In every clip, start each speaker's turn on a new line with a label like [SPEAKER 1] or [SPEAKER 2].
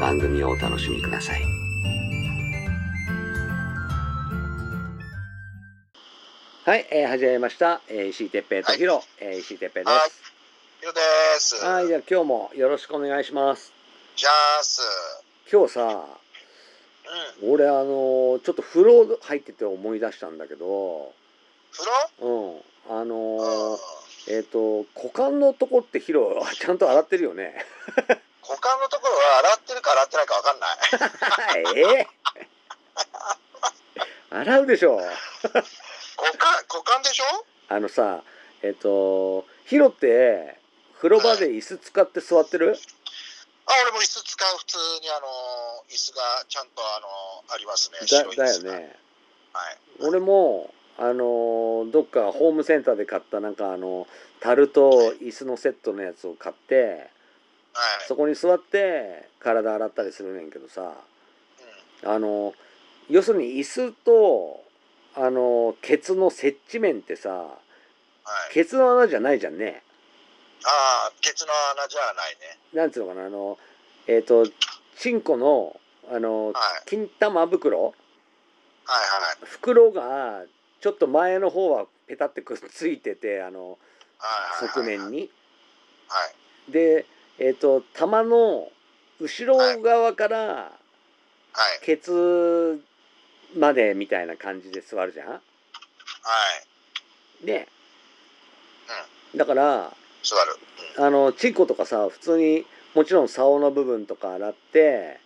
[SPEAKER 1] 番組をお楽しみください。はい、えー始まりました。えー石井哲平とヒロ、えー石井哲平
[SPEAKER 2] はい
[SPEAKER 1] で。
[SPEAKER 2] ヒロです。
[SPEAKER 1] す。はい、じゃあ今日もよろしくお願いします。
[SPEAKER 2] ジャース。
[SPEAKER 1] 今日さ、
[SPEAKER 2] うん。
[SPEAKER 1] 俺あのーちょっと風呂入ってて思い出したんだけど、
[SPEAKER 2] 風呂
[SPEAKER 1] うん、あの
[SPEAKER 2] うん
[SPEAKER 1] ーえっ、と股間のとこってヒロちゃんと洗ってるよ ね。
[SPEAKER 2] 股間のところは洗ってるか洗ってないかわかんない。
[SPEAKER 1] え ー、洗うでしょ。
[SPEAKER 2] 股間、股間でしょ
[SPEAKER 1] あのさ、えっ、とヒロって風呂場で椅子使って座ってる？
[SPEAKER 2] あ、俺も椅子使う。普通にあの、椅子がちゃんとあの、ありますね。
[SPEAKER 1] だ
[SPEAKER 2] 白い
[SPEAKER 1] だ
[SPEAKER 2] 椅
[SPEAKER 1] よ
[SPEAKER 2] 子が。
[SPEAKER 1] ね。
[SPEAKER 2] はい。
[SPEAKER 1] 俺もあのーどっかホームセンターで買ったなんかあの樽と椅子のセットのやつを買って
[SPEAKER 2] はい。
[SPEAKER 1] そこに座って体洗ったりするねんけどさ
[SPEAKER 2] うん。
[SPEAKER 1] あの要するに椅子とあのケツの接地面ってさ
[SPEAKER 2] はい。
[SPEAKER 1] ケツの穴じゃないじゃんね
[SPEAKER 2] ああ、ケツの穴じゃないね。
[SPEAKER 1] なんつうのかなあのえっ、とチンコのあの
[SPEAKER 2] はい。
[SPEAKER 1] 金玉袋
[SPEAKER 2] はいはい。
[SPEAKER 1] 袋がちょっと前の方はペタってくっついててあの
[SPEAKER 2] はい。はい
[SPEAKER 1] 側面。に。
[SPEAKER 2] はい。
[SPEAKER 1] で、えっと玉の後ろ側から
[SPEAKER 2] はい。
[SPEAKER 1] ケツまでみたいな感じで座るじゃん
[SPEAKER 2] はい。
[SPEAKER 1] ねだから
[SPEAKER 2] 座る。うん。
[SPEAKER 1] あのチンコとかさ普通にもちろん竿の部分とか洗って、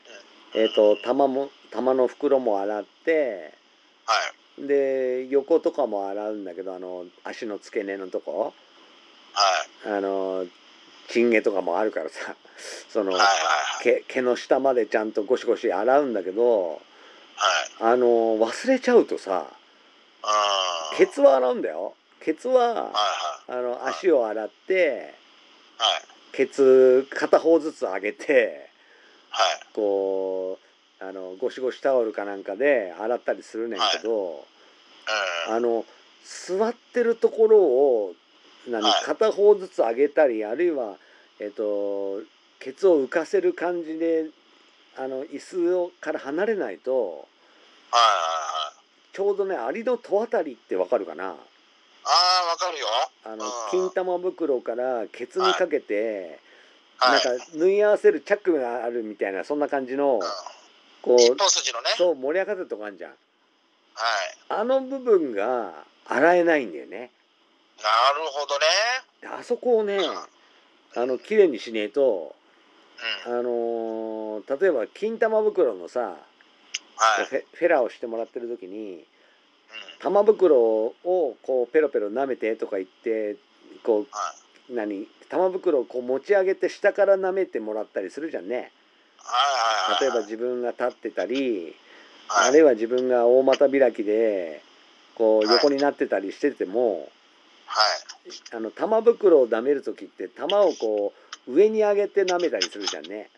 [SPEAKER 1] えっと玉も玉の袋も洗って
[SPEAKER 2] はい。
[SPEAKER 1] で横とかも洗うんだけどあの足の付け根のとこ
[SPEAKER 2] はい。
[SPEAKER 1] あのチンゲとかもあるからさその
[SPEAKER 2] はい。は
[SPEAKER 1] 毛
[SPEAKER 2] い。
[SPEAKER 1] 毛の下までちゃんとゴシゴシ洗うんだけど
[SPEAKER 2] はい。
[SPEAKER 1] あの忘れちゃうとさ
[SPEAKER 2] ああ。
[SPEAKER 1] ケツは洗うんだよケツは
[SPEAKER 2] はいは
[SPEAKER 1] あの足を洗って
[SPEAKER 2] い。はい。
[SPEAKER 1] ケツ片方ずつ上げて
[SPEAKER 2] はい。
[SPEAKER 1] こうあのゴシゴシタオルかなんかで洗ったりするねんけど、
[SPEAKER 2] うん。
[SPEAKER 1] あの座ってるところを何、
[SPEAKER 2] はい
[SPEAKER 1] 片方ずつ上げたりあるいは、えっとケツを浮かせる感じであの椅子をから離れないと
[SPEAKER 2] はいはいはい。
[SPEAKER 1] ちょうどねアリの戸あたりってわかるかな
[SPEAKER 2] ああ、わかるよ。
[SPEAKER 1] あの
[SPEAKER 2] う
[SPEAKER 1] 金
[SPEAKER 2] ん
[SPEAKER 1] 玉袋からケツにかけて、
[SPEAKER 2] はい。
[SPEAKER 1] なんか縫い合わせるチャックがあるみたいなそんな感じの、
[SPEAKER 2] う
[SPEAKER 1] こ
[SPEAKER 2] ん、一
[SPEAKER 1] う
[SPEAKER 2] 本筋のね。
[SPEAKER 1] そう盛り上がってるとこあるじゃん
[SPEAKER 2] はい。
[SPEAKER 1] あの部分が洗えないんだよね
[SPEAKER 2] なるほどね。
[SPEAKER 1] であそこをねあの
[SPEAKER 2] うん。
[SPEAKER 1] 綺麗にしねえとあ
[SPEAKER 2] は
[SPEAKER 1] のー例えば金玉袋のさこう
[SPEAKER 2] い。
[SPEAKER 1] フェフェラーをしてもらってる時に
[SPEAKER 2] うん。
[SPEAKER 1] 玉袋をこうペロペロ舐めてとか言ってこ
[SPEAKER 2] はい。
[SPEAKER 1] う何玉袋をこう持ち上げて下から舐めてもらったりするじゃんね
[SPEAKER 2] はいはいはい。
[SPEAKER 1] 例えば自分が立ってたり
[SPEAKER 2] はい。
[SPEAKER 1] あるいは自分が大股開きでこう
[SPEAKER 2] はい
[SPEAKER 1] 横になってたりしてても
[SPEAKER 2] はい。
[SPEAKER 1] あの玉袋を舐める時って玉をこう上に上げて舐めたりするじゃんね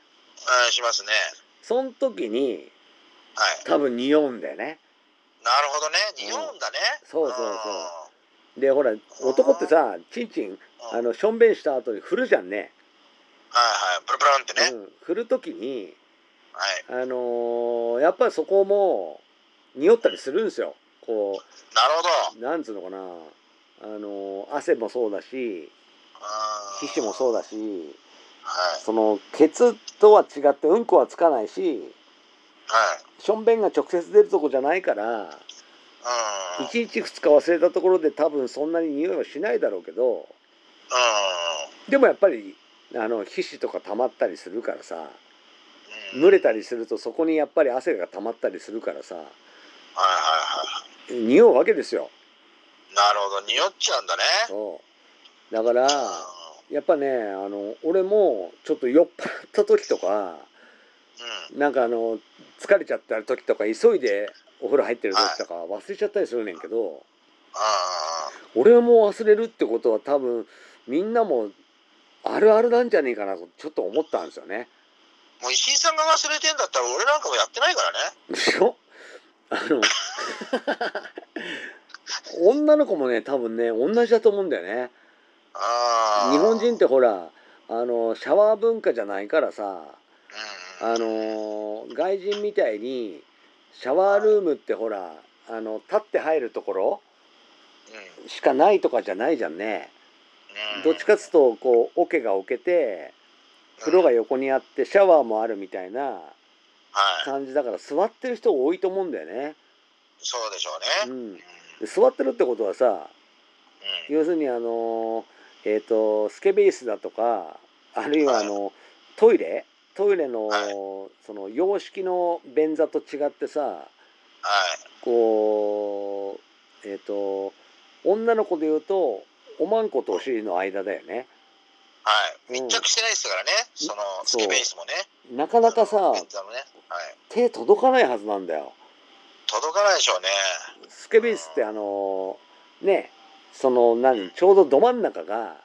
[SPEAKER 2] うん、しますね。
[SPEAKER 1] その時に
[SPEAKER 2] はい。
[SPEAKER 1] 多分匂うんだよね
[SPEAKER 2] なるほどね。匂うんだね。
[SPEAKER 1] そうそうそうんでほら男ってさチンチン
[SPEAKER 2] う
[SPEAKER 1] あ
[SPEAKER 2] ん。はい
[SPEAKER 1] のしょんべんした後に振るじゃんね、
[SPEAKER 2] はい。ブルブルンって
[SPEAKER 1] う
[SPEAKER 2] ね。
[SPEAKER 1] ん、振る時に
[SPEAKER 2] はい。
[SPEAKER 1] あのーやっぱりそこも匂ったりするんですよこ
[SPEAKER 2] なるほど。
[SPEAKER 1] うなんつうのかなあのー汗もそうだし
[SPEAKER 2] うん
[SPEAKER 1] 皮脂もそうだし
[SPEAKER 2] はい。
[SPEAKER 1] そのケツとは違ってうんこはつかないし
[SPEAKER 2] はい。
[SPEAKER 1] しょんべんが直接出るとこじゃないから
[SPEAKER 2] うん。うん。
[SPEAKER 1] 1日2日忘れたところで多分そんなに匂いはしないだろうけどでもやっぱりあの皮脂とか溜まったりするからさ
[SPEAKER 2] うん。
[SPEAKER 1] 蒸れたりするとそこにやっぱり汗が溜まったりするからさ
[SPEAKER 2] はいはいは
[SPEAKER 1] 匂うわけですよ
[SPEAKER 2] い。なるほど。匂っちゃうんだね。
[SPEAKER 1] そうだからやっぱねあの俺もちょっと酔っ払った時とか
[SPEAKER 2] うん。
[SPEAKER 1] なんかあの疲れちゃった時とか急いでお風呂入ってる時とか忘れちゃったりするねんけど
[SPEAKER 2] あ
[SPEAKER 1] 俺も忘れるってことは多分みんなもあるあるなんじゃねえかなとちょっと思ったんですよね。
[SPEAKER 2] あ。もう石井さんが忘れてんだったら俺なんかもやってないからね。
[SPEAKER 1] でしょあの女の子もね多分ね同じだと思うんだよね。
[SPEAKER 2] ああ。
[SPEAKER 1] 日本人っ
[SPEAKER 2] うん。
[SPEAKER 1] てほらあのシャワー文化じゃないからさあの外人みたいにシャワールームってほらあの立って入るところ
[SPEAKER 2] う
[SPEAKER 1] しかないとかじゃないじゃんね。
[SPEAKER 2] ん。
[SPEAKER 1] どっちかっつうとこう桶が置けて風呂が
[SPEAKER 2] よ。
[SPEAKER 1] 横にあってシャワーもあるみたいな
[SPEAKER 2] はい。
[SPEAKER 1] 感じだから座ってる人多いと思うんだよね。
[SPEAKER 2] そうでしょ
[SPEAKER 1] う
[SPEAKER 2] うね。うんん。、
[SPEAKER 1] で座ってるってことはさ
[SPEAKER 2] うん。
[SPEAKER 1] 要するにあのえっ、とスケベイスだとかあるいはあのトイレトイレの
[SPEAKER 2] はい
[SPEAKER 1] その洋式の便座と違ってさ
[SPEAKER 2] はい。
[SPEAKER 1] こうえっ、と女の子で言うとおまんことお尻の間だよね。
[SPEAKER 2] はい。
[SPEAKER 1] うん
[SPEAKER 2] 密着してないですからね。そのスケベースもね。
[SPEAKER 1] なかなかさ
[SPEAKER 2] ベンザもね。はい。
[SPEAKER 1] 手届かないはずなんだよ。
[SPEAKER 2] 届かないでしょうね。
[SPEAKER 1] スケベイスってあのねその何ちょうどど真ん中が
[SPEAKER 2] はい。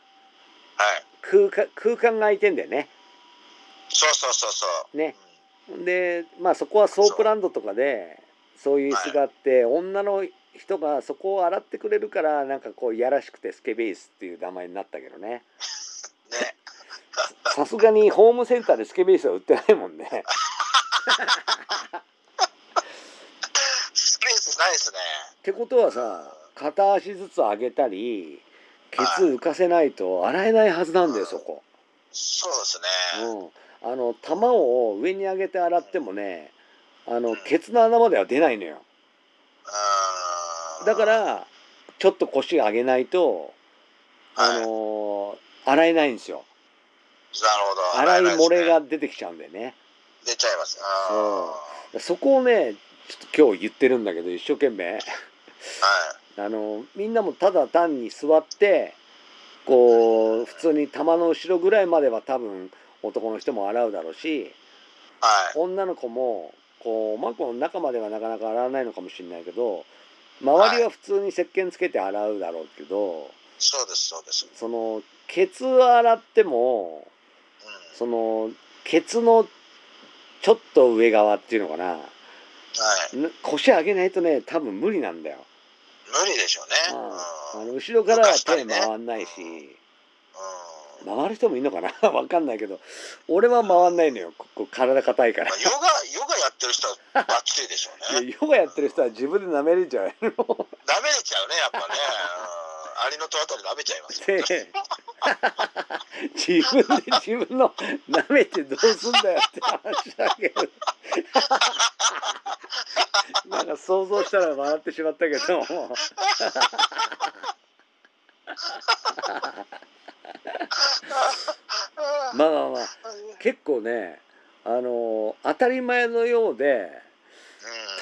[SPEAKER 1] 空間空間が空いてんだよね。
[SPEAKER 2] そうそうそうそう。
[SPEAKER 1] ねでまあそこはソープランドとかでそういう椅子があって、女の人がそこを洗ってくれるからなんかこういやらしくてスケベイスっていう名前になったけどね
[SPEAKER 2] うん。ね。
[SPEAKER 1] さすがにホームセンターでスケベイスは売ってないもんね
[SPEAKER 2] スケベースないですね。
[SPEAKER 1] ってことはさ片足ずつ上げたりケツ浮かせないと洗えないはずなんだよそこ。
[SPEAKER 2] そうですね。
[SPEAKER 1] うん、あの玉を上に上げて洗ってもねあのケツの穴までは出ないのよ
[SPEAKER 2] うん。
[SPEAKER 1] だか、らちょっと腰上げないとあ
[SPEAKER 2] はい、なる
[SPEAKER 1] のー洗えないんですよ
[SPEAKER 2] ほど。
[SPEAKER 1] 洗い
[SPEAKER 2] なです
[SPEAKER 1] 漏
[SPEAKER 2] ね
[SPEAKER 1] れ。が出てきちゃうんだよね
[SPEAKER 2] 出ちゃいます。あー
[SPEAKER 1] うんそこをねちょっと今日言ってるんだけど一生懸命
[SPEAKER 2] はい。
[SPEAKER 1] あのみんなもただ単に座ってこう普通に玉の後ろぐらいまでは多分男の人も洗うだろうし
[SPEAKER 2] はい。
[SPEAKER 1] 女の子もこうマンコの中まではなかなか洗わないのかもしれないけど周りは普通に石鹸つけて洗うだろうけど
[SPEAKER 2] そうです、そうです。
[SPEAKER 1] そのケツを洗っても
[SPEAKER 2] うん。
[SPEAKER 1] そのケツのちょっと上側っていうのかな
[SPEAKER 2] はい。
[SPEAKER 1] な腰上げないとね多分無理なんだよ。
[SPEAKER 2] 無理でしょうね。
[SPEAKER 1] う
[SPEAKER 2] うん
[SPEAKER 1] あ
[SPEAKER 2] ん。う
[SPEAKER 1] の
[SPEAKER 2] ん。
[SPEAKER 1] 後ろからは手回んないし
[SPEAKER 2] ま
[SPEAKER 1] 回る人もいいのかな わかんないけど俺は回んないのよここ体硬いから
[SPEAKER 2] あ。ヨガ、ヨガやってる人はバッチリでしょうね。
[SPEAKER 1] いやヨガやってる人は自分で舐めれちゃう
[SPEAKER 2] 舐めれちゃうね、やっぱね。うんアリの戸あたり舐めちゃいますよ。
[SPEAKER 1] って 自分で自分の舐めてどうすんだよって 話だけど なんか想像したら笑ってしまったけど もまあまあまあ結構ねあの当たり前のようで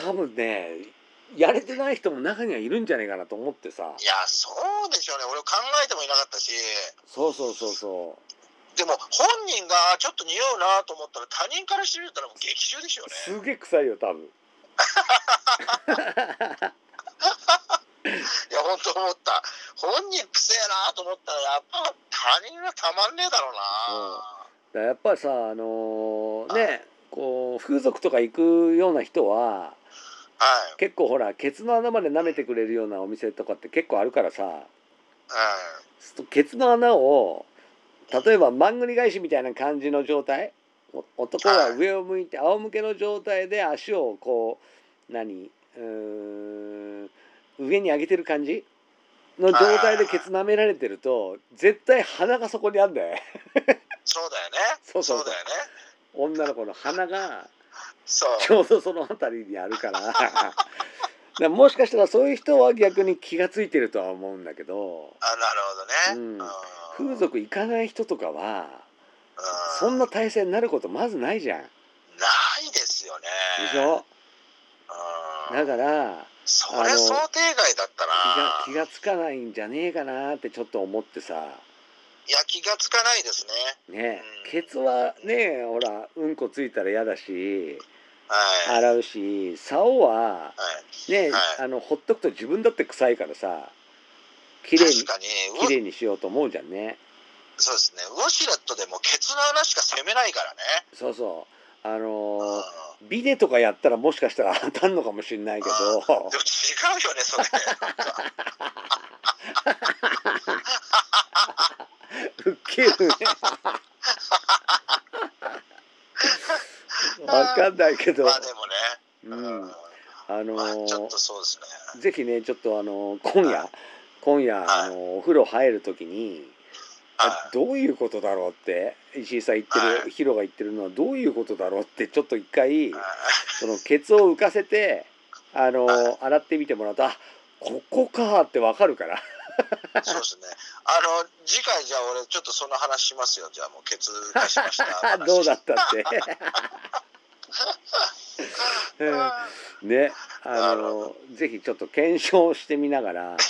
[SPEAKER 2] うん
[SPEAKER 1] 多分ねやれてない人も中にはいるんじゃないかなと思ってさ
[SPEAKER 2] いや、そうでしょうね。俺考えてもいなかったし。
[SPEAKER 1] そうそうそうそう
[SPEAKER 2] でも本人がちょっと匂うなと思ったら他人からしてみたらもう激臭でしょうね。
[SPEAKER 1] すげえ臭いよ多分
[SPEAKER 2] いや本当思った。本人くせえなと思ったらやっぱ他人がたまんねえだ
[SPEAKER 1] だからやっ
[SPEAKER 2] ろう
[SPEAKER 1] ぱりさあのねこう風俗とか行くような人は
[SPEAKER 2] な。はい。
[SPEAKER 1] 結構ほらケツの穴まで舐めてくれるようなお店とかって結構あるからさ
[SPEAKER 2] う
[SPEAKER 1] そケツの穴を例えばまんぐり返しみたいな感じの状態お男が上を向いて仰向けの状態で足をこう何うーん上に上げてる感じの状態でケツ舐められてると絶対鼻がそこにあんだよね。
[SPEAKER 2] ん。そそうだよね。
[SPEAKER 1] そうそうそう
[SPEAKER 2] だよね。
[SPEAKER 1] 女の子の鼻が
[SPEAKER 2] そう。
[SPEAKER 1] ちょうどその辺りにあるからだからもしかしたらそういう人は逆に気が付いてるとは思うんだけど
[SPEAKER 2] あ、なるほどね。
[SPEAKER 1] うん
[SPEAKER 2] あー
[SPEAKER 1] 風。俗行かない人とかは
[SPEAKER 2] う
[SPEAKER 1] そんな体制になることまずないじゃんで
[SPEAKER 2] ないですよね。
[SPEAKER 1] しょ
[SPEAKER 2] うん
[SPEAKER 1] だから
[SPEAKER 2] それ想定外だった
[SPEAKER 1] 気が気
[SPEAKER 2] な。
[SPEAKER 1] がつかないんじゃねえかなってちょっと思ってさ
[SPEAKER 2] いや、気がつかないですね。
[SPEAKER 1] ね
[SPEAKER 2] うん
[SPEAKER 1] ケツはねほらうんこついたら嫌だし
[SPEAKER 2] はい。
[SPEAKER 1] 洗うし竿は
[SPEAKER 2] はい。
[SPEAKER 1] ね、
[SPEAKER 2] はい
[SPEAKER 1] あのほっとくと自分だって臭いからさ綺麗に
[SPEAKER 2] 確かに、ウ
[SPEAKER 1] 綺
[SPEAKER 2] ォ
[SPEAKER 1] 麗にしようと思うじゃんね
[SPEAKER 2] そうですね。ウォシュレットでもケツの穴しか攻めないからね。
[SPEAKER 1] そうそうあ
[SPEAKER 2] う
[SPEAKER 1] のー
[SPEAKER 2] ん。
[SPEAKER 1] ビデとかやったらもしかしたら当たんのかもしれないけど
[SPEAKER 2] でも違うよね、それ。
[SPEAKER 1] ウッケるね わかんないけ ど、
[SPEAKER 2] まあでもね。
[SPEAKER 1] う
[SPEAKER 2] うん
[SPEAKER 1] ん、あの
[SPEAKER 2] まあちょ
[SPEAKER 1] ー
[SPEAKER 2] っとそうですね。
[SPEAKER 1] ぜひねちょっとあのー今
[SPEAKER 2] は
[SPEAKER 1] 夜
[SPEAKER 2] い
[SPEAKER 1] 今夜、あのーお風呂入る時に、あ
[SPEAKER 2] はい。
[SPEAKER 1] どういうことだろうって石井さん言ってる、
[SPEAKER 2] はい
[SPEAKER 1] ヒロが言ってるのはどういうことだろうってちょっと一回
[SPEAKER 2] はい
[SPEAKER 1] そのケツを浮かせてあの、
[SPEAKER 2] は
[SPEAKER 1] 洗ってみてもらうとあここかってわかる から。
[SPEAKER 2] そうですね。あの、次回じゃあ俺ちょっとその話しますよ。じゃあもうケツ出しました
[SPEAKER 1] どうだったっ
[SPEAKER 2] う
[SPEAKER 1] て
[SPEAKER 2] ん。
[SPEAKER 1] うん
[SPEAKER 2] は
[SPEAKER 1] ねあ
[SPEAKER 2] なるほ
[SPEAKER 1] のぜひちょっと検証してみながら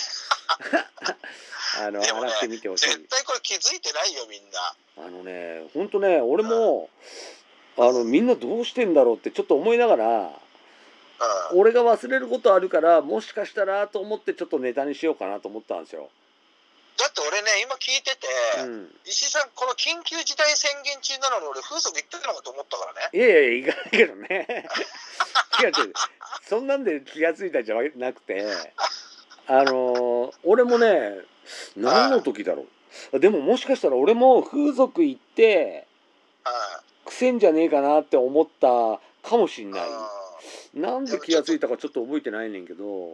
[SPEAKER 1] あの、
[SPEAKER 2] でもね
[SPEAKER 1] 洗ってみてほしい
[SPEAKER 2] 絶対これ気づいてないよ、みんな。
[SPEAKER 1] あのね本当ね俺もあのみんなどうしてんだろうってちょっと思いながら
[SPEAKER 2] うん。
[SPEAKER 1] 俺が忘れることあるからもしかしたらと思ってちょっとネタにしようかなと思ったんですよ。
[SPEAKER 2] だって俺ね、今聞いてて、
[SPEAKER 1] うん、
[SPEAKER 2] 石井さん、この緊急事態宣言中なのに俺風俗行ってたのかと思ったからね。
[SPEAKER 1] いやいやいかないけどね違う違うそんなんで気が付いたんじゃなくてあのー俺もね何の時だろうでももしかしたら俺も風俗行って
[SPEAKER 2] は
[SPEAKER 1] くせんじゃねえかなって思ったかもしん
[SPEAKER 2] い。
[SPEAKER 1] な
[SPEAKER 2] うん
[SPEAKER 1] いなんで気が付いたかちょっと覚えてないねんけど
[SPEAKER 2] うん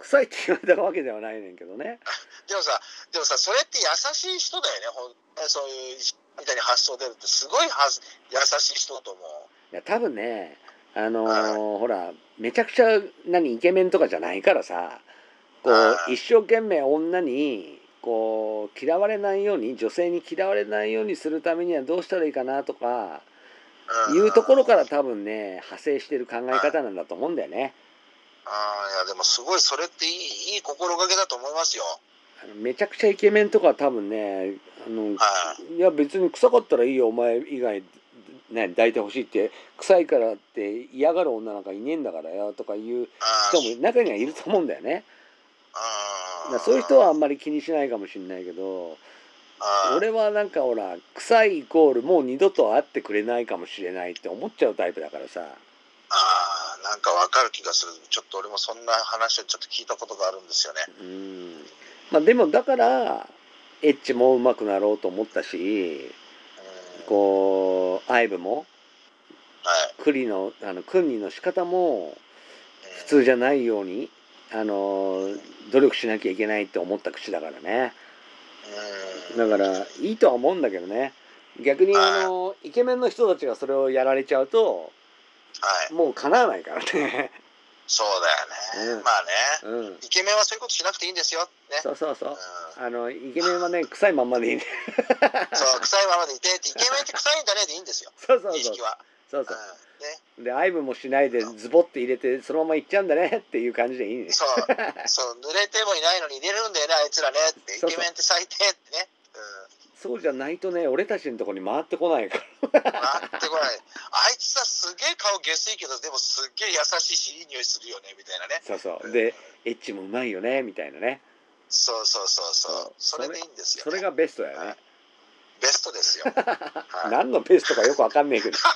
[SPEAKER 1] 臭いって言われたわけではないねんけどね
[SPEAKER 2] でもさ、でもさ、それって優しい人だよね、ほんそういう石井みたいに発想出るって、すごいはず優しい人だと思う。
[SPEAKER 1] いや多分ねあのー
[SPEAKER 2] はい
[SPEAKER 1] ほらめちゃくちゃ何イケメンとかじゃないからさこ
[SPEAKER 2] は
[SPEAKER 1] う
[SPEAKER 2] い
[SPEAKER 1] 一生懸命女にこう嫌われないように女性に嫌われないようにするためにはどうしたらいいかなとか
[SPEAKER 2] うん
[SPEAKER 1] いうところから多分ね派生してる考え方なんだと思うんだよね。
[SPEAKER 2] ああ、いや、でもすごい、それっていいいい心がけだと思いますよ。
[SPEAKER 1] あのめちゃくちゃイケメンとかは多分ねあの
[SPEAKER 2] はい。
[SPEAKER 1] いや別に臭かったらいいよお前以外ね抱いてほしいって臭いからって嫌がる女なんかいねえんだからよとかいう
[SPEAKER 2] あ
[SPEAKER 1] 人も中にはいると思うんだよね。だか
[SPEAKER 2] あー
[SPEAKER 1] らそういう人はあんまり気にしないかもしれないけど
[SPEAKER 2] あー
[SPEAKER 1] 俺はなんかほら臭いイコールもう二度と会ってくれないかもしれないって思っちゃうタイプだからさ
[SPEAKER 2] あーなんかわかる気がする。ちょっと俺もそんな話をちょっと聞いたことがあるんですよね。
[SPEAKER 1] うんまあでもだからエッチもうまくなろうと思ったし
[SPEAKER 2] うん
[SPEAKER 1] こうアイブも
[SPEAKER 2] はい。
[SPEAKER 1] クリのあの訓練の仕方も
[SPEAKER 2] うん
[SPEAKER 1] 普通じゃないようにあの努力しなきゃいけないって思った口だからね
[SPEAKER 2] うん
[SPEAKER 1] だからいいとは思うんだけどね逆にあのイケメンの人たちがそれをやられちゃうと
[SPEAKER 2] はい。
[SPEAKER 1] もう叶わないからね。
[SPEAKER 2] そうだよね。
[SPEAKER 1] うん
[SPEAKER 2] まあね。
[SPEAKER 1] うん。
[SPEAKER 2] イケメンはそういうことしなくていいんですよ。ね。
[SPEAKER 1] そうそうそう。
[SPEAKER 2] う
[SPEAKER 1] あのイケメンはね臭いまんまでいい ね。
[SPEAKER 2] ん、そう、臭いままでいてって、イケメンって臭いんだねでいいんですよ。
[SPEAKER 1] そうそう
[SPEAKER 2] 認
[SPEAKER 1] そう
[SPEAKER 2] 識。は。
[SPEAKER 1] そう
[SPEAKER 2] う
[SPEAKER 1] そ
[SPEAKER 2] ん。ね。
[SPEAKER 1] う。でアイブもしないでズボって入れてそのまま行っちゃうんだねっていう感じでいいね。
[SPEAKER 2] そう、 そう、濡れてもいないのに入れるんだよね、あいつらねって、イ
[SPEAKER 1] そうそう
[SPEAKER 2] ケメンって最低ってね。
[SPEAKER 1] そうじゃないとね俺たちのとこに回ってこないから。
[SPEAKER 2] うん、回ってこない。あいつさ、すげえ顔下水けど、でもすっげえ優しいし、いい匂いするよね、みたいなね。
[SPEAKER 1] そうそう。でエッチもうまいよねみたいなね。
[SPEAKER 2] そうそうそうそう。
[SPEAKER 1] そ
[SPEAKER 2] そうれでいいんですよ、
[SPEAKER 1] そ
[SPEAKER 2] ね。
[SPEAKER 1] れがベストだよね。
[SPEAKER 2] ベス トですよ。はい
[SPEAKER 1] 何のベストかよくわかん ないけど。そう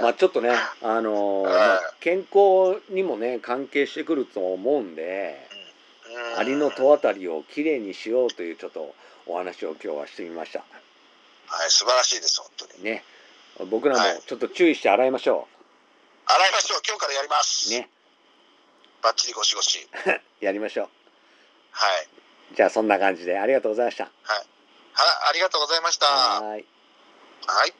[SPEAKER 1] ま
[SPEAKER 2] は
[SPEAKER 1] あちょっとねあのー
[SPEAKER 2] はい
[SPEAKER 1] まあ健康にもね関係してくると思うんで。
[SPEAKER 2] いうん
[SPEAKER 1] アリの戸あたりをきれいにしようというちょっとお話を今日はしてみました
[SPEAKER 2] はい、素晴らしいです、本当に。
[SPEAKER 1] ね僕らも
[SPEAKER 2] はい
[SPEAKER 1] ちょっと注意して洗いましょ
[SPEAKER 2] 洗いましょう、今日からやります。
[SPEAKER 1] うね
[SPEAKER 2] バッチリゴシゴシ。
[SPEAKER 1] やりましょ
[SPEAKER 2] はい。
[SPEAKER 1] じゃあそんな感じでありがとうございました。
[SPEAKER 2] はい、ありがとうございました。は
[SPEAKER 1] はい。
[SPEAKER 2] い。